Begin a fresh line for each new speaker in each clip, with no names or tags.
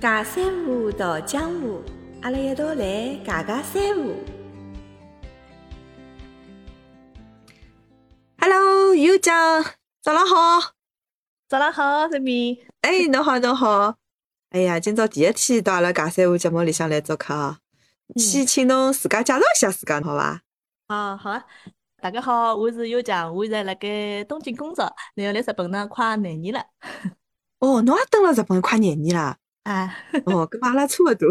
假三胡桃江湖，阿拉一道来假假三胡。
Hello，尤酱，早浪好。
早浪好，这边
哎，侬好，侬好。哎呀，今朝第一天到阿拉假三胡节目里向来做客啊，先请侬自家介绍一下自家，好伐？
啊，好啊，大家好，我是尤强，我现在辣盖东京工作，然后来日本呢快廿年了。
哦，侬也蹲了日本快廿年啦。
啊，
哦，跟阿拉差勿多。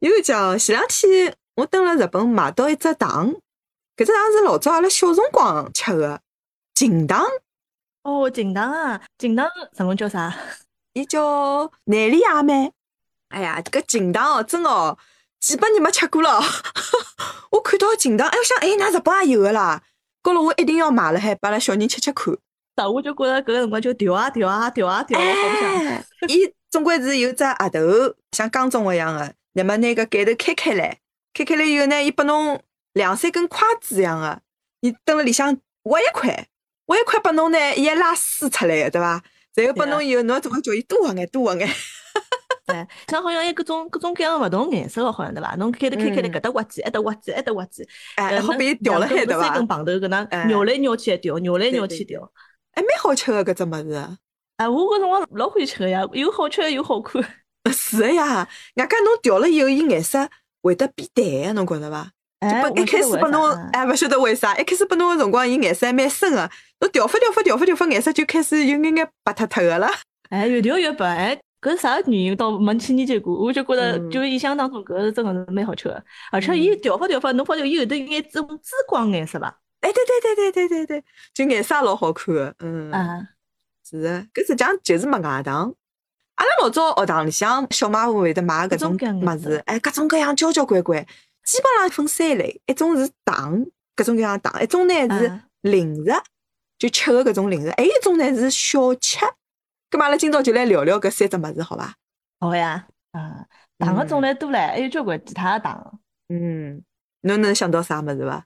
尤酱，前两天我蹲了日本买到一只糖，搿只糖是老早阿拉小辰光吃个锦糖，
哦，锦堂啊，锦堂日文叫啥？
伊叫奈利亚妹。哎呀，搿锦糖哦，真哦，几百年没吃过了。 我看到锦糖，哎，我想，哎，㑚日本也有个啦。高了，我一定要买了海，拨阿拉小人吃吃看。
但我就觉着搿个辰光就调啊调啊调啊调啊，好不想。
哎，伊总归是有只盒头，像钢钟一样的，那么拿个盖头开开来，开开来以后呢，伊拨侬两三根筷子一样的，伊蹲辣里向挖一块，挖一块拨侬呢，伊还拉丝出来的，对伐？然后拨侬以后，侬总归叫伊多挖眼，多挖眼。
哎，像好像有各种各种各样勿同颜色个，好像对伐？侬开头开开来，
嗯
搿搭挖几，埃搭挖几，埃搭挖几，
哎，
呃
好比伊
那
调了啊
两
海，
根
对
三
伐
根？棒头搿能
哎
绕来绕去地调，绕来
对
绕
对
去
对
调。
哎，蛮好吃的搿只物事。
哎，我搿辰光老欢喜吃个呀，有好吃有好看。
是的呀，外加侬调了以后，伊颜色会得变淡的，侬觉着伐？
哎，
就拨一开始拨侬，哎，勿晓得为啥，一开始拨侬个辰光，伊颜色还蛮深个，侬调发调发调发调发，颜色就开始有眼眼白脱脱个了。
哎，越调越白，哎，搿是啥原因？倒没去研究过，我就觉着
嗯
就印象当中搿是真个是蛮好吃个，而且伊调法调法，侬发觉伊有得眼种紫光颜色伐？
哎，对对对对对对对，就颜色也老好看个，嗯，
啊，
是的，搿实际上就是麦芽糖。阿拉老早学堂里向小卖部会得卖搿种
各种各
物
样
事，哎，各种各样交交关关，基本上分三类，一种是糖，各种各样糖，一种呢是
啊
零食，就吃的搿种零食，还有一种呢是小吃。咁嘛阿拉今朝就来聊聊搿三只物事，好伐？
好呀，啊，糖个种类多唻，还有交关其他个糖，
嗯，侬能想到啥物事伐？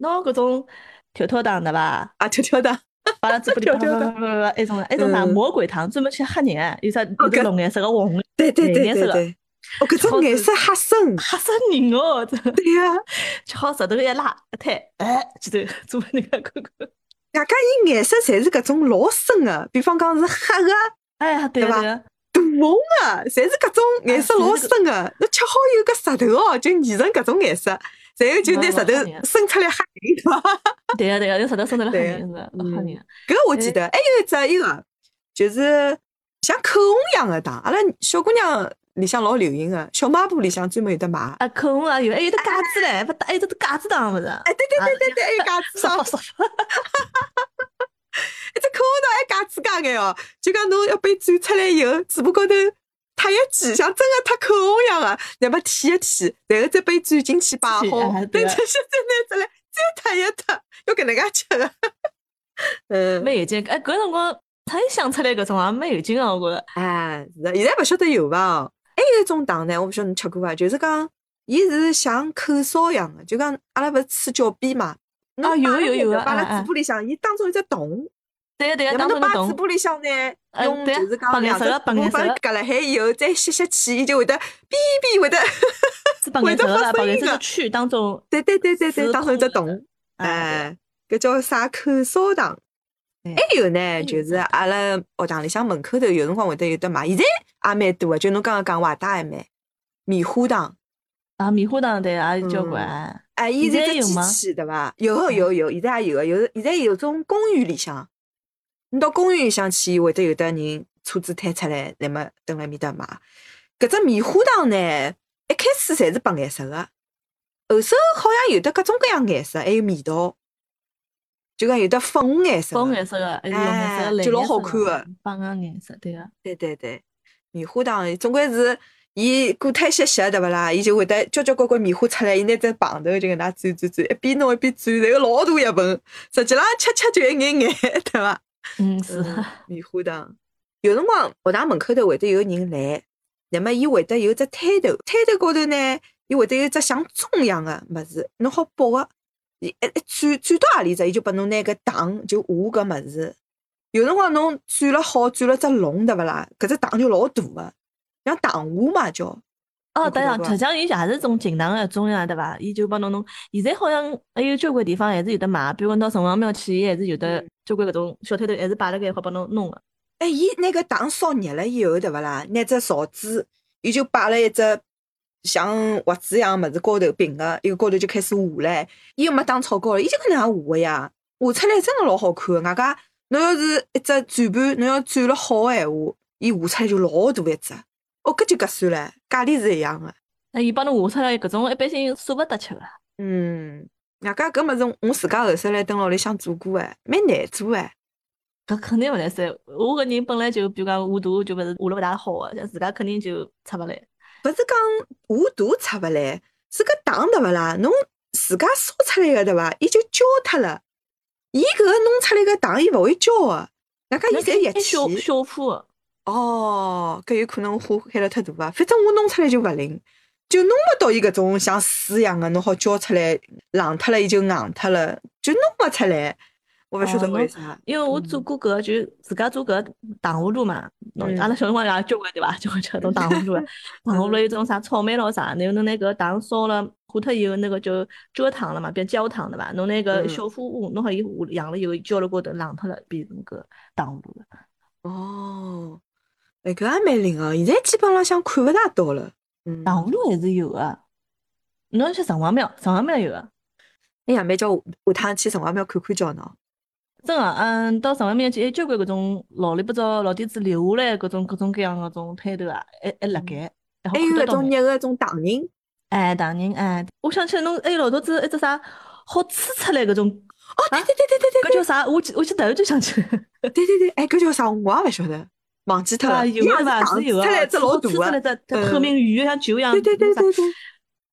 喏搿种跳跳糖对伐？
啊， 跳跳糖，
巴拉嘴巴里
跳
叭
跳
叭叭
糖
叭叭叭，埃种埃种啥
嗯
魔鬼糖，专门去吓人个，有啥有
搿
得红颜色个、红的，
对对对
颜
对
色
对，哦，搿
超
种颜色黑深，
吓死人哦！真的
对啊呀、
吃好石头一拉一推，哎，记头做拨人家看看。
外加伊颜色侪是搿种老深个，比方讲是黑啊个、
哎呀，对
对
个
伐
对个。
大红个，啊侪是搿种颜色老深个。侬吃好以后搿石头哦，就染成搿种颜色，然后就拿石
老吓人
头伸出来吓人，对伐？
对个对个，用石头伸得了吓
对
人是吧老吓
嗯
人。
搿个我记得，还有一只伊个，就是像口红一样个糖，阿拉小姑娘里向老流行个，小卖部里向专门有得卖。
啊，口红啊，有还有得架子嘞，不哎搭还有得架子糖勿是？
哎，对对对对对，还有架子
说
上
好，说好，
一只口红糖还架子加眼哦，就讲侬要被转出来以后，嘴巴高头贴一记，像真个贴口红一样啊个，那么舔一舔，然后再被转进去摆好，
进去哎
等
对
这些再拿出来再贴一贴，要搿能介吃 个。嗯，
蛮有劲。哎，搿辰光他一想出来搿种啊，蛮有劲啊，我觉着。
哎，是的，现在勿晓得有伐哦？还有一种糖呢，我勿晓得侬吃过伐？就是讲，伊是像口哨一样个，就讲阿拉勿是吹角鞭嘛。侬
有
摆辣
有
面
有
头
啊
摆辣
啊啊
嘴巴里向，伊当中有只洞，
对个对个，
那
当
么
中
侬摆嘴
侬懂。
巴里向呢，
呃
用
对
就是讲
白
两
颜
只
色的白
棍
颜色
棒
的
夹辣海以后，再吸吸气，伊就会得哔哔会得，
是白
会
颜
得
色
发
啦，白
声
颜
音
色的
的
区当中。
对对对对对，
是
当成一只
空的
洞，
哎，
哎，搿叫啥口哨糖。
对
还有呢，
有
就是
啥
阿拉学堂里向门口头有辰光会得有得卖，现在也蛮多啊个，就侬刚刚讲外带也蛮棉花糖，
啊，棉花糖对个，也有交关。
哎，伊
现
是
在
只
有
机
吗嗯
器对伐？有有有，现在也有个，有现在有种公园里向，你到公园里向去，会得有的人车子推出来，乃末蹲辣埃面搭买。搿只棉花糖呢，一开始侪是白颜色个，后首好像有的各种各样颜色，还有味道，就讲有的粉红颜色
粉
的。
颜色个，还是红颜色
哎
个，蓝
就老
颜
好
色
看
个
的，
白个颜色对啊个。
对对对，棉花糖总归是伊过脱一些些对勿啦？伊就会得交交关关棉花出来，伊拿只棒头就搿能介转转转，一边弄一边转，然后老大一盆，实际浪吃吃就一眼眼， 对伐？
嗯，是
嗯棉花糖。有辰光学堂门口头会得有人来，那么伊会得有只摊头，摊头高头呢，伊会得有只像钟一样个物事，侬好拨个，伊一一转转到何里只，伊就拨侬拿搿糖就下搿物事。有辰光侬转了好，转了只龙对勿啦？搿只糖就老大个，像糖糊嘛叫，
哦，
有
对
看
呀，
到过啊
实际上伊也是种锦囊的一种呀，对伐？伊就帮侬弄。现在好像还有交关地方还是有得卖，比如讲到城隍庙去，伊还是有得
嗯
交关搿种小摊头，还是摆辣盖好帮侬弄个。
哎，伊拿搿糖烧热了以后，对勿啦？拿只勺子，伊就摆了一只像盒子一样物事高头饼个，伊个高头就开始画唻。伊又没打草稿了，伊就搿能样画个呀，画出来真个老好看个。外加侬要是一只转盘，侬要转了好个闲话，伊画出来就老大一只。哦，搿就合算唻，价钿是一样个。
那伊帮侬画出来搿种，一般性舍勿得吃个。
嗯，外加搿物事我自家后首来蹲辣屋里向做过哎，蛮难做哎。
搿肯定勿来三。我搿人本来就，比如讲画图就勿是画了勿大好个，像自家肯定就出勿来。
勿是讲糊涂出勿来，是搿糖对勿啦？侬自家烧出来个对伐？伊就焦脱了。伊搿个弄出来个糖，伊勿会焦个，外加伊
那
侪
开小
一起。
小火的，
哦，搿有可能我火开了太大伐？反正我弄出来就勿灵，就弄勿到伊搿种像水一样个，侬好焦出来，冷脱了伊就硬脱了，就弄勿出来。我勿晓得
哦
为
侬
啥。
因为我做
嗯
过搿个，就自家做搿个糖葫芦嘛。侬
嗯
阿拉小辰光也交关对伐？交关吃搿种糖葫 芦的，糖葫芦有种啥草莓咯啥，然后侬拿搿个糖烧了，糊脱以后那个就蔗糖了嘛，变焦糖对伐？侬拿搿
嗯
小火锅弄好以后养了以后，浇了高头冷脱了，变成搿糖葫芦了。
哦，哎，搿也蛮灵个，现在基本浪向看勿大到了。嗯，
糖葫芦还是有
啊
个，侬要去城隍庙，城隍庙有啊个。
哎呀，蛮叫下下趟去城隍庙看看叫
哦
喏。
真个，嗯，到城隍庙去，还交关搿种老里八糟老底子留下来搿种各种各样搿种摊头啊，还还辣
嗯
盖，还好
还有
看得
搿
到
种
眼
哎热个种糖人，
哎，唐人哎，我想起来侬还有老早子一哎只啥好吹出来搿种，
哦，对对对对对
啊搿叫啥？我记我记突然就想起来，
对对对对，哎，搿叫啥？我也勿晓得，忘记脱
啊，
了。哎
有
伊也
个伐？
糖
是有个
出来
啊，
一只老大
吹出来
个，
只只透明圆的像球一样，
对对对
啥
对对。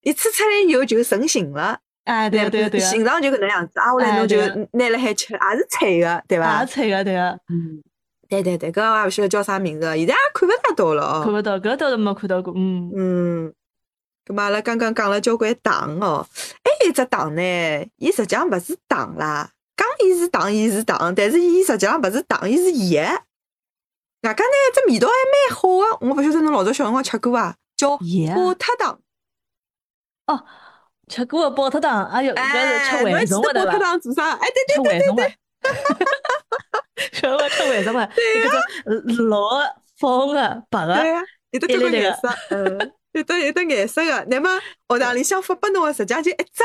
伊吹出来以后就成型了，
哎，对个对个对
形
个，
状就搿能样子。挨下来
哎
侬就
对个
拿辣海吃，也是脆个，对
啊，
伐？
吹个对个，
嗯，对对对，搿我也勿晓得叫啥名字，现在也看勿大到了
看
哦。
勿到，搿倒是没看到过，嗯，
嗯，咁嘛阿拉刚刚讲了交关糖哦，还有一只糖呢，伊实际上勿是糖啦，讲伊是糖，伊是糖，但是伊实际上勿是糖，伊是盐。外加呢，这味道还蛮好个，我勿晓得侬老早小辰光吃过伐？叫
盐
宝塔糖，
哦，吃过个爆特糖，哎哟，搿是
哎，
吃
侬还
蛔
记
虫个
得
对
宝塔
伐？
糖做啥？哎，对对
吃
对
蛔虫的， 小辰光吃蛔虫的，一个是老的、方的、白
对
的，
呀，有得交关
一粒粒
颜
个
色，嗯，有得有得颜色个。乃末学堂里向发拨侬个，实际上哎就一只。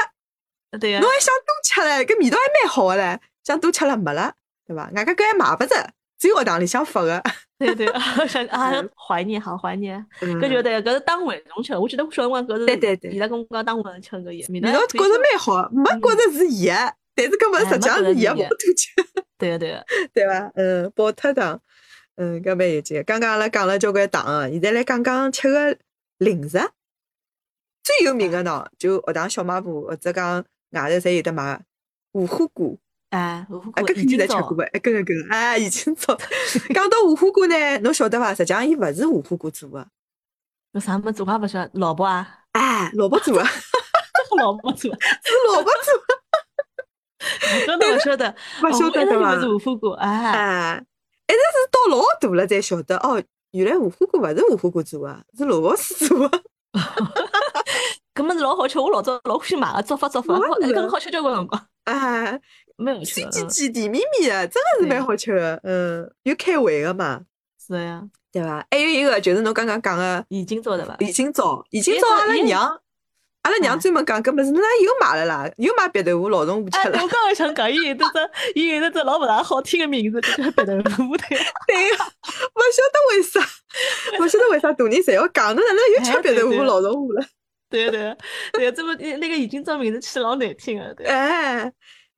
对呀
侬，还想多吃嘞，搿味道还蛮好个嘞，想多吃了没了，对伐？外加搿还买勿着，只有学堂里向发个。
对 对，想啊
嗯，
怀念，好怀念。
搿
嗯搿就对，搿是当蛔虫吃，我记得我小辰光搿是，
对对对
伊拉跟我讲当蛔虫吃搿盐，味
味道觉着
蛮，
蛮好，没觉着是盐，但是搿物事
哎
实际上是盐，
没
勿好
觉着是盐
多吃，
对个对个，
对伐？嗯，饱脱糖，嗯，搿蛮有劲个。刚刚阿拉讲了交关糖啊，现在来讲讲吃个零食，最有名个喏，就学堂小卖部或者讲外头侪有得买五花果。
哎，我
啊，
我
搿肯定侪吃
哦
过，哎，搿个搿个，哎，已经 早。讲到五花果呢，侬晓得伐？实际上伊勿是五花果做个，
有啥物事我也勿晓得，老婆啊，
哎，萝卜做 个，是
老婆做，
萝卜 做
搿都勿晓 得，
的，勿晓得对
伐？
伐
是？无花果，哎，
哎，一直是到老大了才晓得，哦，原来五花果勿是五花果做个，是萝卜丝做 个。
搿物事老好吃，我老早老欢喜买个，做法做法，
我也
好
是
搿哎能好吃交关辰光，
哎，
蛮有吃
脆
的，
叽
嗯
叽、甜蜜蜜个，啊真个是蛮好吃个。嗯，有开胃个嘛，
是呀，
对伐？还有一个就是侬刚刚讲个
啊已经做的伐？
李清照，李清
也
照
是
阿拉
也
娘，阿拉娘
哎
专门讲，搿物事侬哪又买了啦？又买别头糊、老动糊
哎，
吃了。
我刚刚想讲，伊有得只，伊有得只老勿大好听个名字，就叫白头乌头。
对呀、勿晓啊得为啥， 勿晓得为啥大人侪要讲，侬哪能
哎
又吃别头糊、老动糊了？
对啊对对，这么那个已经照名字起老难听了，对。啊
哎，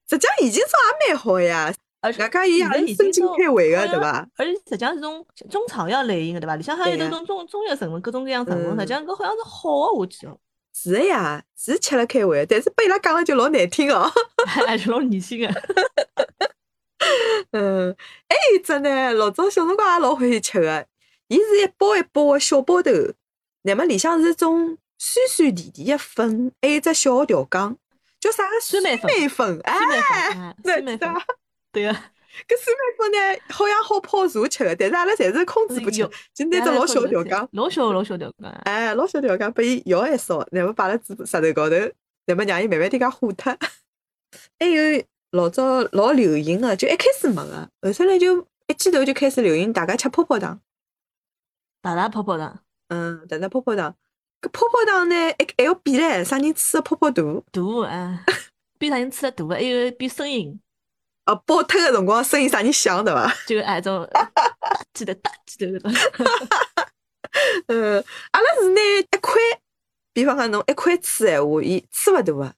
实际上现今早也蛮好呀，
而且
外加伊
现在
也
嗯已
是
经啊
生津
都
开胃个，
好
对
像
伐？
而且实际上是种中草药类型的，对伐？里向还有
对
得
呀
种中中药成分，各种各样成分。实
嗯
际上搿好像是好啊的，我记得，
是的呀，是吃了开胃，但是被伊拉讲了就老难听哦。
还是哎老啊恶心的。
嗯，还有一只呢，老早小辰光也老欢喜吃个，伊是一包一包个小包头，乃末里向是种酸酸甜甜个粉，还有一只小个调羹，叫啥个
酸梅粉
梅粉，哎
酸，梅粉，
对
哎酸梅粉
的，
对啊，
搿酸梅粉呢，好像好泡茶吃个，但是阿拉侪是控制不吃
有，
就拿只老小调羹，
老小老小调羹，
哎，老小调羹拨伊摇一烧，然后摆辣纸石头高头，然后让伊慢慢点介化脱。还有老早老流行个，就一开始没个，后头来就一记头就开始流行，大家吃泡泡糖。
大大泡泡糖，
嗯，但是泡泡糖，搿泡泡糖呢，还还要比唻，啥人吃个泡泡大？
大 哎，比啥人吃的大，还有比声音，
啊，爆脱个辰光声音啥人响对伐？
就哎种哒叽的哒叽的搿种，
嗯，阿拉是拿一块，比方讲侬一块吃闲话，伊吃勿大个。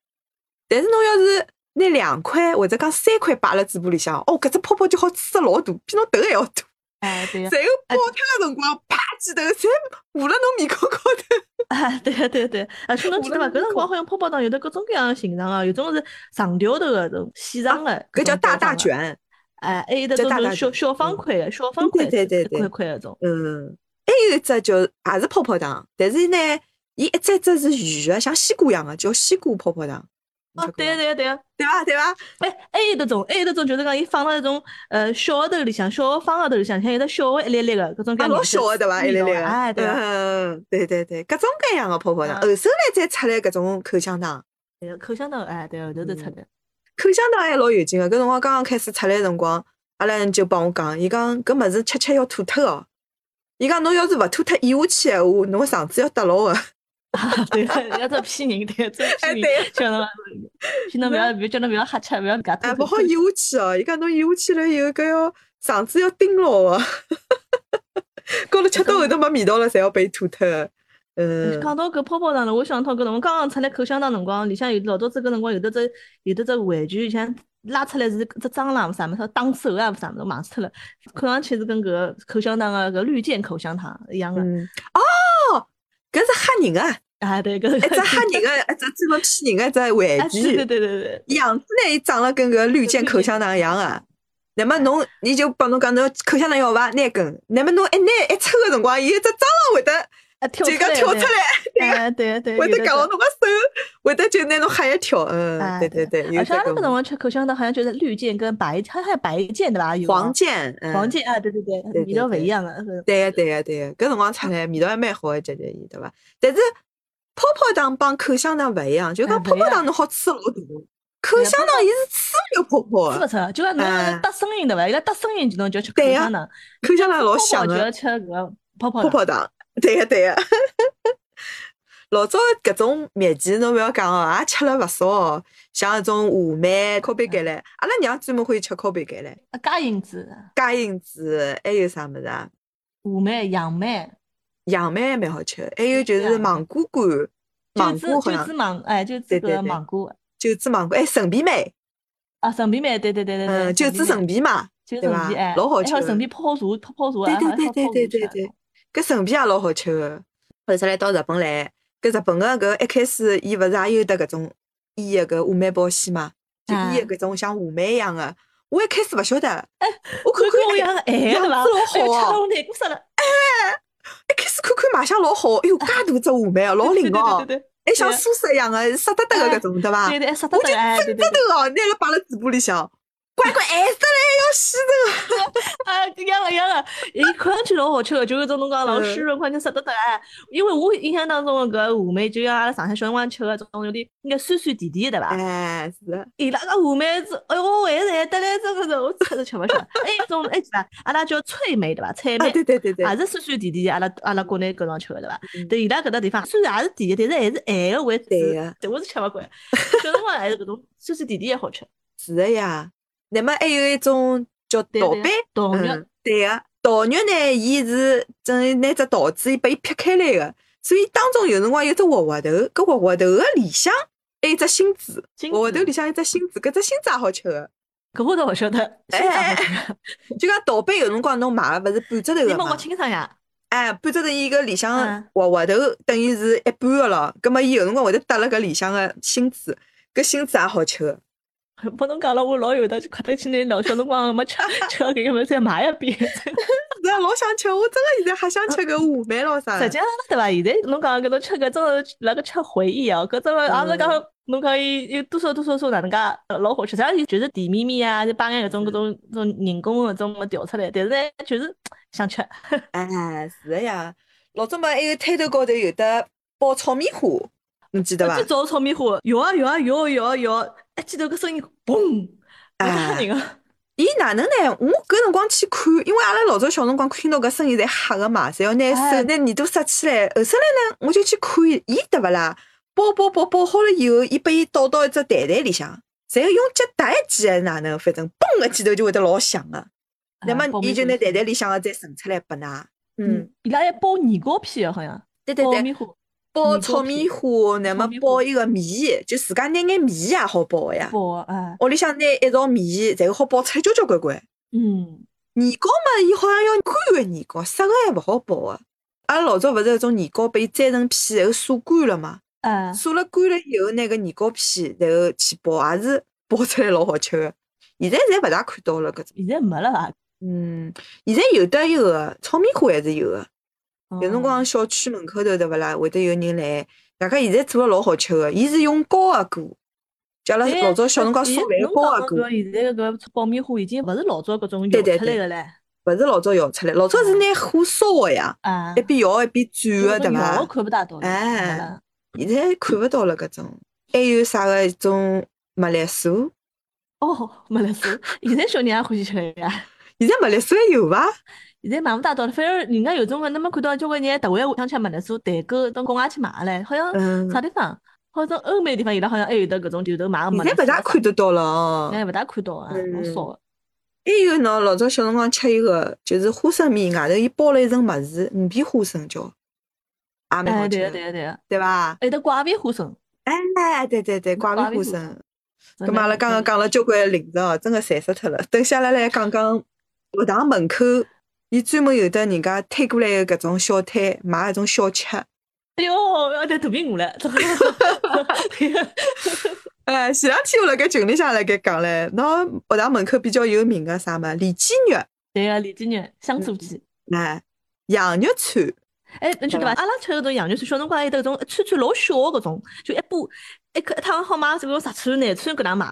但是侬要是拿两块或者讲三块摆辣嘴巴里向，哦，搿只泡泡就好吃得老大，比侬头还要大。
哎对呀，
然后爆脱个辰光，啪几头侪糊辣侬面孔高头。
哎对呀对呀对呀，而且侬记得伐？
我辣
搿
门
辰光
口
好像泡泡糖有的各种各样的形状啊，有种是长条头的，种细长的，
啊搿叫
种
大
条
大
状的，
卷。
哎，还有的
叫
种
大
种
大
小
卷
小方
嗯
块的，小方块
对对
一
对
块块的种，
嗯，还有一只叫也是泡泡糖，但是呢，伊一只一只是圆的，像西瓜一样的，叫西瓜泡泡糖。
哦对呀对呀对呀。
对伐？对伐？
哎，还有得种，还有得种，就是讲伊放到那种呃小盒头里向，小个方盒头里向，像有的小个一粒粒个，各种各
啊，
样
老
颜色
小个对伐？一
味
粒
道
粒
的
个，
哎，对啊，
嗯，对对对，各种各样的泡泡糖，
啊
后首来再出来各种口香糖，
对个口香糖，哎，对，后头头出
嗯
的，
口香糖还老有劲个。搿辰光刚刚开始出来个辰光，阿拉人就帮我讲，伊讲搿物事吃吃要吐脱哦。伊讲侬要是勿吐脱咽下去闲话，侬个肠子要耷牢个。
对个，要做骗人，对，做
哎
骗人
对，
叫 侬叫侬不要，叫侬不要瞎吃，不要搿
哎，
偷
勿
偷
好
吃
咽下去哦。伊讲侬咽下去了以后，搿要肠子要盯牢个。高头吃到后头没味道了，侪要被吐脱个。嗯，
讲到搿泡泡糖了，我想到搿辰光刚刚出来口香糖辰光，里向有老早子搿辰光有的只有的只玩具，像拉出来是只蟑螂啥么子打手啊啥么子，忘记脱了，看上去是跟搿个口香糖个搿绿箭口香糖一样个，
嗯，哦，搿是吓人个。
哎，对，搿
一只吓人哎个，一只专门骗人个一只玩
哎，对对
具。
对对对，
样子呢，伊长了跟个绿箭口香糖一样啊。那么侬，伊就帮侬讲侬口香糖要伐？拿根。那么侬一拿一抽个辰光，伊一只蟑螂会得
啊，跳
就
出
讲
来，
跳出来，
对，哎，对对，
会
有
得
的
夹牢
是
侬个手，会得就拿侬吓一跳。嗯，
哎
对对对，有
而且
这
阿拉搿辰
个
光吃口香糖，好像就是绿箭跟白，它还有白箭对伐？有
黄
啊
箭，嗯
黄。箭啊，对对对，
对
味道勿
对
一样啊。呃
对个对个对个，搿辰光出来味道还蛮好个，解决伊对伐？但是泡泡糖帮口香糖勿一样，就
哎
讲
勿
泡
一
泡
样
糖侬好吃老大，口
对啊
香
泡
糖伊是吃勿了泡泡
吃
个
勿。出，就讲侬要是
哎
搭声音对伐？伊拉搭声音就侬就要吃口
对呀
香糖，
口香糖老
泡泡
香
就
个
要，吃搿个泡泡
泡
糖。
泡糖，对个对个。 老早搿种蜜饯侬勿要讲哦，也吃了勿少哦，像搿种话梅、烤饼干
嗯
嘞，阿拉娘专门欢喜吃烤饼干嘞，
啊，加银子、
加银子，还有啥物事啊？
话梅、杨梅、
杨梅也蛮好吃，还有就
对
是
啊
芒果干，
九
芒
子、
果好
九
像
子芒，哎，九子
对
搿
对
个
对
芒果
九子芒果，哎，陈皮梅，
啊，陈皮梅，对对对对对，
嗯，九子陈
皮
皮嘛，
梅，
对
九
伐
陈皮，哎，
老好
还有
吃
陈皮泡茶，泡泡茶，
对
哎
对
好像
对
泡
对
泡
对
茶
对
吃
对搿陈皮也老好吃个。后头来到日本来，搿日本个搿一开始伊勿是也有得搿种伊个搿话梅保鲜嘛，就伊
啊
个搿种像话梅一样个。我一开始勿 晓得，我看
看看我
看
样
哎，
哎，对
样
伐？
子老
哎呦
好哦
吃了我难过死了，
哎一开始看看卖相老好， 哎哟，介大只话梅哦，老
对对
灵哦
对，对对。
还像
对
蔬菜一样个，湿哒哒个
哎
搿种对伐？
对对，哎啥
啊我
都
就
得哎，对对
真
对，
的哦，拿了摆辣嘴巴里向，乖乖，哎，死了要死 的。
啊，一样的一样的，伊看上去老好吃的，就是种侬讲老
嗯
湿润，看起来色得得哎。因为我印象当中的搿话梅，就像阿拉上海小辰光吃的，种有点应该酸酸甜甜的对伐？
哎，是的，
伊拉个话梅子，哎哟，现在得来这个是，我吃都吃勿消。还有一种哎，啥？阿拉叫脆梅对伐？脆
啊，
梅
对对对对，
也是酸酸甜甜，阿拉阿拉国内搿种吃的对伐？
嗯
对伊拉搿搭地方虽然也是甜的，但是还是咸的为主。
对个
对，我是吃勿惯。小辰光还是搿种酸酸甜甜也好吃。
是的呀。那么还有一种叫
对
豆
对
瓣。
豆肉
嗯，对个，桃肉呢，伊是真拿只桃子，伊拨伊劈开来个，所以当中有辰光有只滑滑头，搿滑滑头个里向还有只芯子，
金
滑滑头
子
里向有只芯子，搿只芯子也好吃个。
搿我倒勿晓得，
哎
欣赏
哎
勿出来
就讲桃瓣有辰光侬买个勿是半只头
你
个
帮我
嘛？
清爽呀。
哎，半只头伊个里向
嗯
滑滑头等于是一半个咯，葛末伊有辰光会得搭辣搿里向个芯子，搿芯子也好吃 个。
帮侬讲了，我老有的，就快点去那老小辰光没吃吃搿个物事，再买一遍。
是啊，老想吃，我真个现在还想吃
呃
搿话梅咯啥
实
的。
际上对伐？现在侬讲搿种吃搿种辣搿吃回忆哦，搿种阿拉
嗯
讲侬讲伊有多少多少多少哪能介呃老好吃？实际上伊就是甜蜜蜜啊，就把眼搿
嗯
种搿种搿种人工的搿种么调出来，但是呢，就是想吃。
哎，是的呀，老早嘛，还有摊头高头有的包炒米花，侬记得伐
最？早炒米花，摇啊摇啊摇啊摇啊摇啊，一记头搿声音，嘣，吓吓人啊！
伊哪能呢？我搿辰光去看，因为阿拉老早小辰光听到搿声音侪吓个嘛，侪要拿手
哎
拿耳朵塞起来。后首来呢，我就去看伊对勿啦？包包包包好了以后，伊拨伊倒到一只袋袋里向，侪要用脚踏一记还是哪能？反正嘣一记头就会得老响个。哎那
哎
么伊就拿袋袋里向个再盛出来拨㑚。嗯，
嗯，伊拉还包年糕片哦的，好像
对对
包
对。
米花
包
米糕
炒米
片
花，乃末
炒米花
包一个米，就自家拿眼米也好包个呀。
包的哎，
屋里向拿一勺米，侪好包出来交交关关。
嗯，
年糕嘛，伊好像要干个年糕，湿个还勿好包个。阿拉老早勿是有种年糕，被伊摘成片，然后晒干了嘛。
哎，
晒了干了以后，拿个年糕片，然后去包，也是包出来老好吃个。现在侪勿大看到了搿种。
现在没了啊吧？
嗯，现在有的有个炒米花还是有个。有辰光
嗯
小区门口头对勿啦，会得有人来。大家现在做了老好吃个，伊是用高个锅，就阿拉
哎
老早小辰光
其
烧
实
饭
侬
高
讲
个
搿
锅，
现在搿个爆米花已经勿是老早搿种
啊对
摇
对
出
对
来个唻，
勿是老早摇出来，老早是拿火烧个呀，
啊
一，边摇一边转个
搿
对
种摇
伐
嗯的？看勿大到了，
哎
没了
现在看勿到了搿种，还有啥个一种麦丽素？
哦，没来事。现在小人也欢喜吃个呀，
现在麦丽素还有伐？
现在买勿大到了，反而人家有种个，那么看到交关人还特为想吃麦乐酥，代购到国外去买唻，好像
嗯，
啥地方，好像欧美地方伊拉好像还有得搿种就是买个麦
现
乐
在勿
酥
大
啊啥
看得到了哦。
哎，勿大看到啊，老
嗯
少个。
还有喏，老早小辰光吃一个，就是花生米外头伊包了一层物事，五片花生叫，也蛮好
哎，
吃的，
对个对个对个，
对伐？
还有得挂面花生。
哎，对对对，挂
挂
面
壁
花
虎
生。
嗯真
咁
的
阿拉刚刚讲了交关零食哦，真个馋死脱了。等下来来讲讲学堂门口，伊专门有得人家推过来个搿种小摊，卖搿种小吃。
哎哟，要得肚皮饿 了，
哎，前两天我辣盖群里向辣盖讲嘞，喏，学堂门口比较有名个啥么？里脊肉，
对个，里脊肉、香酥鸡。
哎，羊肉串，
哎，
嗯
侬晓得伐？阿拉吃搿种羊肉串，小辰光还有得搿种串串老小个搿种，哎就一把一颗一趟好买这个十串、廿串搿能买，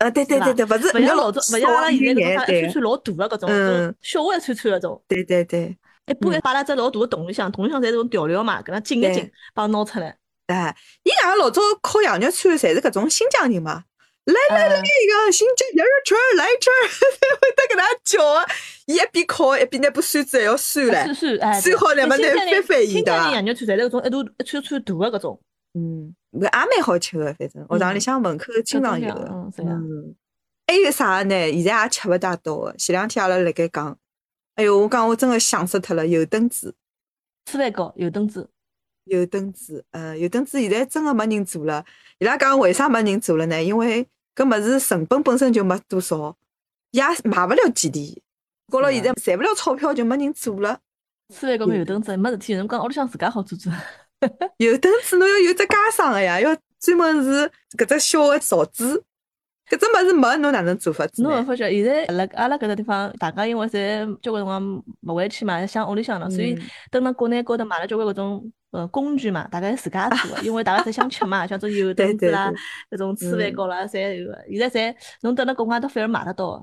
呃，对对
是
对
吧
对，勿是
勿像老早，勿像阿拉现在搿种
眼
啥一串
对
串老大个搿种，
嗯
就小个一串串搿种，
对
哎
对对，
一般还摆辣只老大个桶里向，桶里向侪是种调料嘛，搿能浸一浸
对，
把它拿出来。
哎，伊拉老早烤羊肉串，侪是搿种新疆人嘛。来来来，哎一个新疆羊肉串儿来一串儿， 才会得搿能叫啊！伊一边烤一边拿把扇子还要扇
哎
唻
是。是，哎，
最好两
对
边再
新疆人
翻翻伊对
新疆
伐
人羊肉串侪是搿种哎一大一串串大个搿种，
嗯，搿也蛮好吃的，反正学堂里向门口经常有
搿
的。
种量嗯，是呀。
嗯，还有啥呢？现在也吃勿大到的。前两天阿拉辣盖讲，哎哟，我讲我真的想死脱了，油灯子，
吃饭高油灯子，
油灯子，呃，油灯子现在真的没人做了。伊拉讲为啥没人做了呢？因为搿物事成本本身就没多少，也买勿了几钿。搞了
是
现在
呀
赚勿了钞票，就没人做了。
吃饭高跟油灯子，没事体有辰光屋里向自家 好做做。
油灯子侬要有只加上个呀，要专门是搿只小个勺子，搿只物事没侬哪能做法子
侬
呢
勿？发觉现在辣阿拉搿只地方，大家因为侪交关辰光勿回去嘛，想屋里向了，所以
嗯
蹲辣国内高头买了交关搿种呃工具嘛，大家侪自 家做个，因为大家侪想吃嘛，像种油
对
灯
对
子啦
对，嗯
搿种糍饭糕啦，侪有个。现在侪侬蹲辣国外都反而买得到个。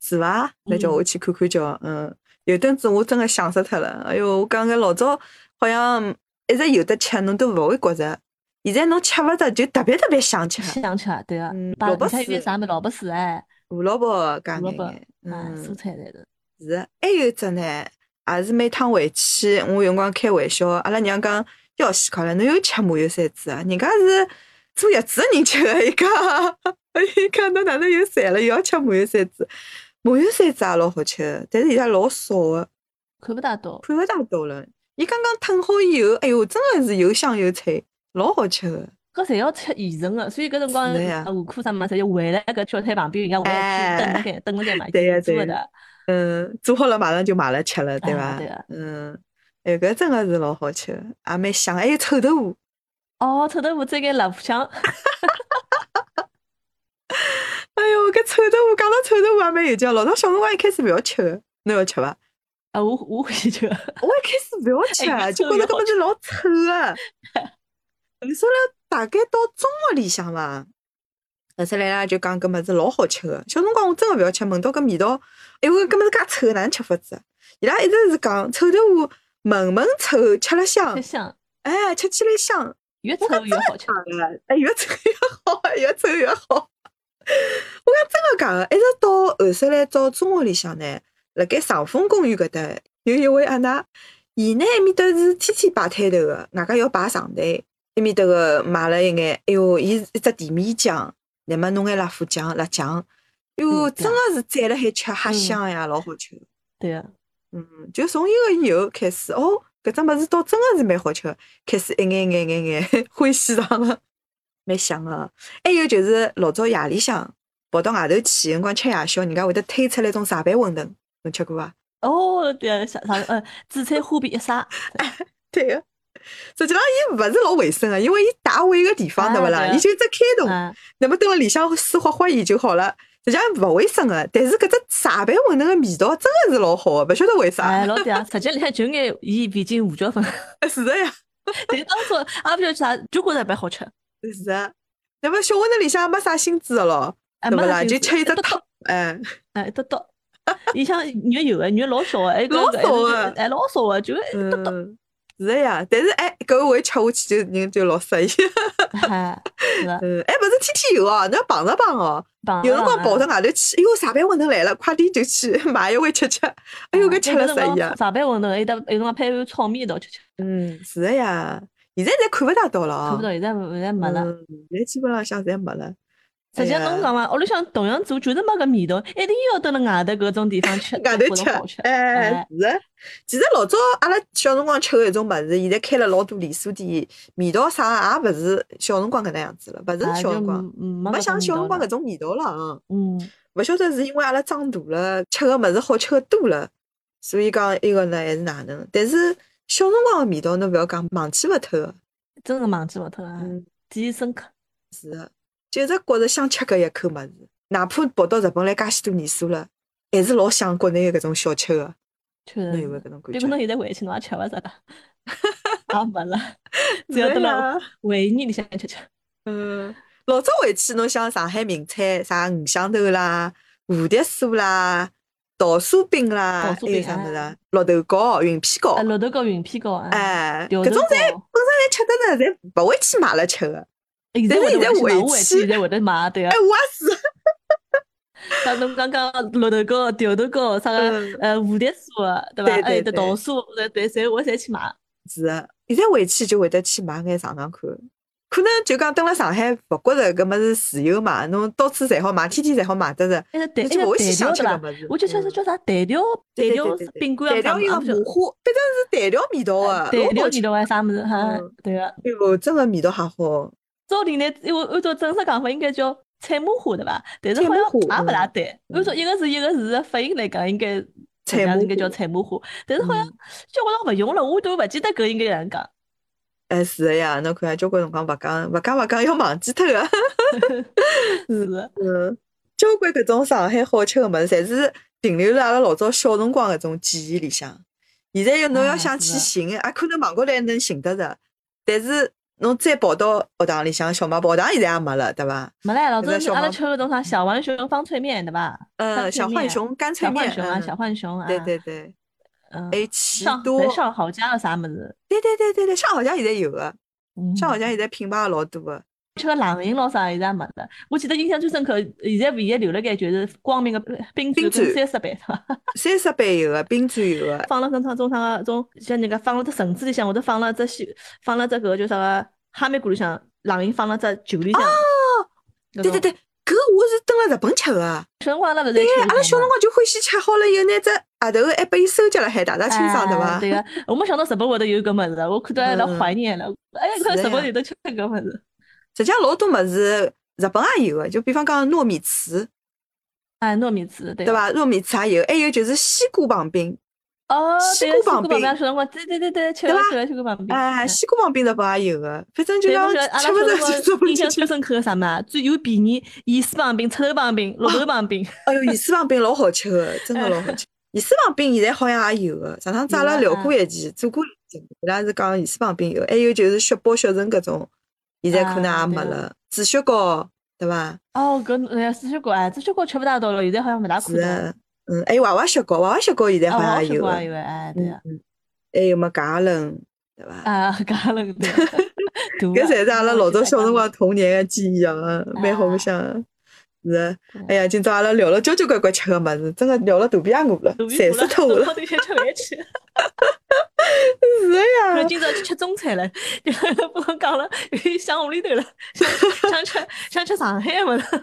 是
嗯
伐？那叫我去看看叫，嗯，油灯子我真个想死脱了。哎哟，我讲个老早好像一直有得吃，侬都勿会觉着。现在侬吃勿着，就特别特别想 吃。
想吃啊，对个
嗯，
把
萝卜
里向有眼
丝
啥物事，萝卜丝哎，
胡萝卜加
胡
眼
萝卜
眼，
哎，蔬
嗯，
菜类的。
是的。还有一只呢，也是每趟回去，我有辰光开玩笑，阿拉娘讲要死快了，侬又吃麻油扇子啊？人家是坐月子的人吃的，伊 讲，伊讲侬哪能又馋了，又要吃麻油扇子？麻油扇子也老好吃的，但是现在老少的。
看勿大到，
看勿大到了。伊刚刚烫好以后，哎哟，真的是又香又脆，老好吃的。
搿侪要吃现成个，所以搿辰光
是的呀
呃，何苦啥物事就围辣搿小摊旁边，人家围
哎
来去等辣盖等辣盖买，
对呀
做
对
的，
嗯，做好了马上就买了吃了，对
哎
伐
对？个。
嗯，哎哟，搿真的是老好吃的，也蛮香。还有臭豆腐，
哦，臭豆腐再眼辣糊腔，
哎哟，搿臭豆腐讲到臭豆腐也蛮有劲。老早小辰光一开始勿要吃的，侬要吃伐？
啊，我我欢喜吃。
我一开始勿要吃
哎
啊，
越
就
臭
觉着
越
搿
好
物事老臭啊。后首来大大概到中学里向伐。后头来拉就讲搿物事老好吃个，小辰光我真个勿要吃，闻到搿味道，哎哟，搿物事介臭，哪能吃法子啊？伊拉一直是讲臭豆腐闻闻臭，吃了香
太，香，
哎，吃起来香。
越臭越好吃。
了，哎，越臭越好，哎越臭越好。 我讲真个讲个，一直到后首来到中学里向呢，辣盖长风公园搿搭有一位阿奶，伊呢埃面搭是天天摆摊头个，外加要排长队，埃面搭个买了一眼，哎哟，伊是一只甜面酱，乃末弄眼辣腐酱、辣酱，哟，
嗯
真个是蘸辣海吃，哈
嗯
香呀，老好吃。
对个，
嗯，就从伊个以后开始，哦，搿只物事倒真个是蛮好吃的，开始一眼眼眼 眼欢喜上了，蛮香个。还有就是老早夜里向跑到外头去，辰光吃夜宵，人家会得推出来种茶板馄饨，侬吃过伐？
哦，对啊，啥啥呃，紫菜花边一杀，
对
啊
个。实际上，伊勿是老卫生个，因为伊打碗个地方，
啊
对勿啦？
对啊
伊就一只开洞，
啊，
那么蹲辣里向水哗哗伊就好了。实际上勿卫生个，但是搿只茶板馄饨个味道真个是老好个，勿晓得为啥
哎，。老对啊，实际里向就眼盐味精、胡椒粉，
是的呀。
但当初也勿晓得啥，就觉着蛮好吃。
是啊，那么小馄饨里向没啥心思的咯，
哎，
对
没
不
啥
啦？
心
就
思
吃一只
一
汤，哎，
哎，一得到。里向肉有个，肉老少个，哎，
老
搿
少
个
的
哎，老少个，就哎得到，
嗯，是的呀。但是哎，搿个胃吃下去就人就老色一，
哎，是的，
嗯，哎，勿是天天有哦，侬要碰着碰哦。
棒
有辰光
棒
跑到外头去，哎哟，啥板馄饨来了，快点就去买一碗吃吃。哎哟，搿吃了色一啊。
上班馄饨，有得有辰光配碗炒面一道吃吃，
嗯，是的呀。现在侪看勿大到了啊，
看不到现在勿现在没了。
嗯，现在基本浪向侪没了。
实际上
哎呀
侬讲嘛，屋里向同样做，就是没搿味道，一定要蹲辣外头搿种地方吃，
外头
才觉
吃
得好吃，。
哎
哎，
是的。其实老早阿拉小辰光吃个一种物事，现在开了老多连锁店，味道啥也勿是小辰光搿能样子了，勿
哎
是小
就
辰光，
没没
啊没
搿
像
种
小
味
辰
道
光
了
搿种味道了啊。
嗯，
勿晓得是因为阿拉长大了，吃个物事好吃个多了，所以讲伊个呢还是哪能。但是小辰光个味道，侬勿要讲忘记勿
啊
脱个，
真的忘记勿脱啊，
嗯，
记忆深刻。
是的，就一直觉着想吃搿一口物事，哪怕跑到日本来介许多年数了，还是老想国内个搿种小吃个。
确
侬有
实
没有
是，
搿种感
别
觉
嗯过？侬现在回去侬也吃勿着了，也没了，只要
对
蹲辣
呀
回忆里向吃吃。
嗯，老早回去，侬像上海名菜，啥鱼香头啦、蝴蝶酥啦、豆沙饼啦，还有
豆沙饼
啥物事啊
哎？
绿豆糕、云片糕
啊，，绿豆糕、云片糕啊，
哦哎，
调
搿
头
种侪
糕。
本身侪吃得着，侪勿会去买了吃的。
哎现
但
在
是
会得
现在
回去买，我
回
回
去
去现在会得买，对啊
哎，。我也是，
像侬刚刚绿豆糕、调头糕，啥个
嗯
呃蝴蝶酥啊，对
对
伐？还有
对
得
对
桃酥，对对，侪我侪去买。
是的。现在回去就会得去买眼尝尝看，可能就讲蹲辣上海，勿觉着搿物事自由嘛，侬到处侪好买，天天侪好买得着，
那个
你
蛋，
就
那
勿
个
会去
蛋
想
条
吃
对哎
搿
伐？
物事。
我就想
嗯
是叫啥蛋条、
对对
蛋条
对对
饼干啊
对
啥
蛋条
物事，
有
啊
个
不是
麻花，反正是蛋条味道啊，
蛋
老
条
好
味
吃
道啊啥物事哈
嗯？
对个，
哎呦，真个味道还好。
照理呢，因为按照正式讲法应该叫菜麻花对伐？但是
菜
好
麻花
像也勿大
嗯
对，按照一个字一个字的发音来讲，应该
菜
人家
麻
应该叫
花
菜麻花，但是好像
嗯
交关辰光勿用了，我都勿记得搿应该哪能讲。
哎，是的呀，侬看啊，交关辰光勿讲，勿讲勿讲，要忘记脱个。
是的，
嗯， 交关搿种上海好吃个物事，侪是停留辣阿拉老早小辰光搿种记忆里向。现在要侬要
啊
想
是
去
的
寻，也可能网高头还能寻得着，但是侬再跑到学堂里向，小卖部学堂现在也没了，对伐？
没唻，老
现在
早
小
阿拉
黄
吃搿种啥小浣熊方脆面对伐？
嗯，
脆
小浣
面
熊干脆
小浣
面，
熊啊，小
嗯，
浣熊啊，
对对对，
嗯，
还有奇
上
多，
在上好家个啥物事？
对对对对对，上好像现在有个，上好
嗯
像现在品牌也老多个。
吃个冷饮咯啥，现在也没了。啊我记得印象最深刻，现在唯一留辣盖就是光明个冰
冰
冰
柱
跟三十版，
三十杯有个，冰柱有个，
放了跟种啥个种，像人家放了只绳子里向，或者放了只西，放了只搿个叫啥个哈密瓜里向，冷饮放了只球里向。搿
哦对对
种，
对，搿我是蹲辣日本吃啊个。
小辰光阿拉勿是在
对，
吃
阿拉小辰光就欢喜吃好了以后，拿只额头还拨伊收集了，海，大大清爽，对
哎
伐？
对个，我没想到日本会得有搿物事，我看到还老
嗯
怀念了。哎呀，看
是的
到日本
呀
有得吃搿物事。
实际上老多物事日本也有个，就比方讲糯米糍，
哎，糯米糍，对
对
个？
伐？糯米糍也有，还有就是西瓜棒冰，
哦，
西
对
瓜棒
个，西瓜
冰
阿拉小辰光，对对对对，吃
对
个
吧
吃个西瓜棒冰。
哎，
嗯
西瓜棒冰日本也有个，反正就
对，我
讲
觉得阿
吃
拉
勿
小
着
辰
就日
光
本
印
去
象
吃
最。深刻个啥嘛？最有便宜，盐水棒冰、臭豆棒冰、绿豆棒冰。
哎哟，盐水棒冰老好吃个，真个老好吃。 盐水棒冰现在好像也有个，上趟子阿拉
有啊
聊过一期，做过一期，伊拉是讲盐水棒冰有，还有就是雪包、雪橙搿种，现在可能
啊
也没
对
了。紫雪糕，对伐？
哦，搿哎呀，猪血糕哎，猪血糕吃勿大到了，现在好像勿大可
是
能。
的，嗯，还有娃娃雪糕，娃娃雪糕现在好像
啊，我
也
吃
有
过
的
啊，有的哎，对
嗯
啊，
嗯，还有么假冷，对伐？
啊，加了个对啊，搿
搿才是阿拉老早小辰光童年个记忆啊，蛮好
啊
相啊。是的，哎
呀，
呀，今朝阿拉聊了交交关关吃个物事，真的聊了肚皮也饿了，
肚皮
馋
饿
死脱我了。
到底先吃饭 去。
是
我
呀，
今朝去吃中餐了， 不光讲了，想屋里头了， 想想吃想吃上海么子。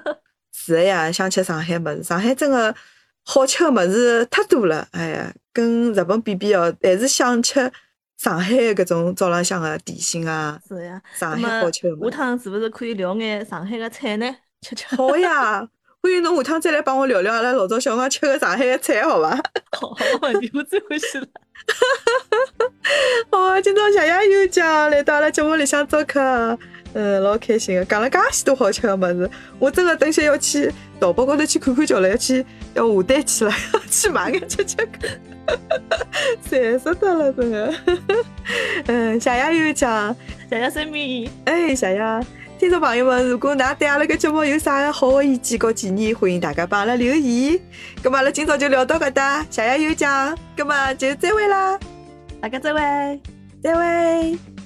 是的呀，想吃上海物事，上海真个好吃个物事太多了。哎呀，跟日本比比哦，还是想吃上海的搿种早浪向个点心啊，
是呀，
上
那
海
么
好吃个
下
物事。
趟是不是可以聊眼上海个菜呢？吃吃
好呀，欢迎侬下趟再来帮我聊聊阿拉老早小辰光吃个上海个菜，好 伐？
好 问题，我最欢喜了。
好啊，今朝谢谢又讲来到阿拉节目里向做客，嗯，老开心的，讲了介许多好吃的物事，我真的等歇要去淘宝高头去看看叫了，要去要下单去了，去买眼吃 吃看，馋死脱了，真的。 嗯，谢谢又讲，
谢谢身边伊，
哎，谢谢。听众朋友们，如果㑚对阿拉搿节目有啥好的意见和建议，欢迎大家帮阿拉留言。咁啊么阿拉今朝就聊到搿搭，啊谢谢又讲，咁么就再会啦，
大家再会。
再会。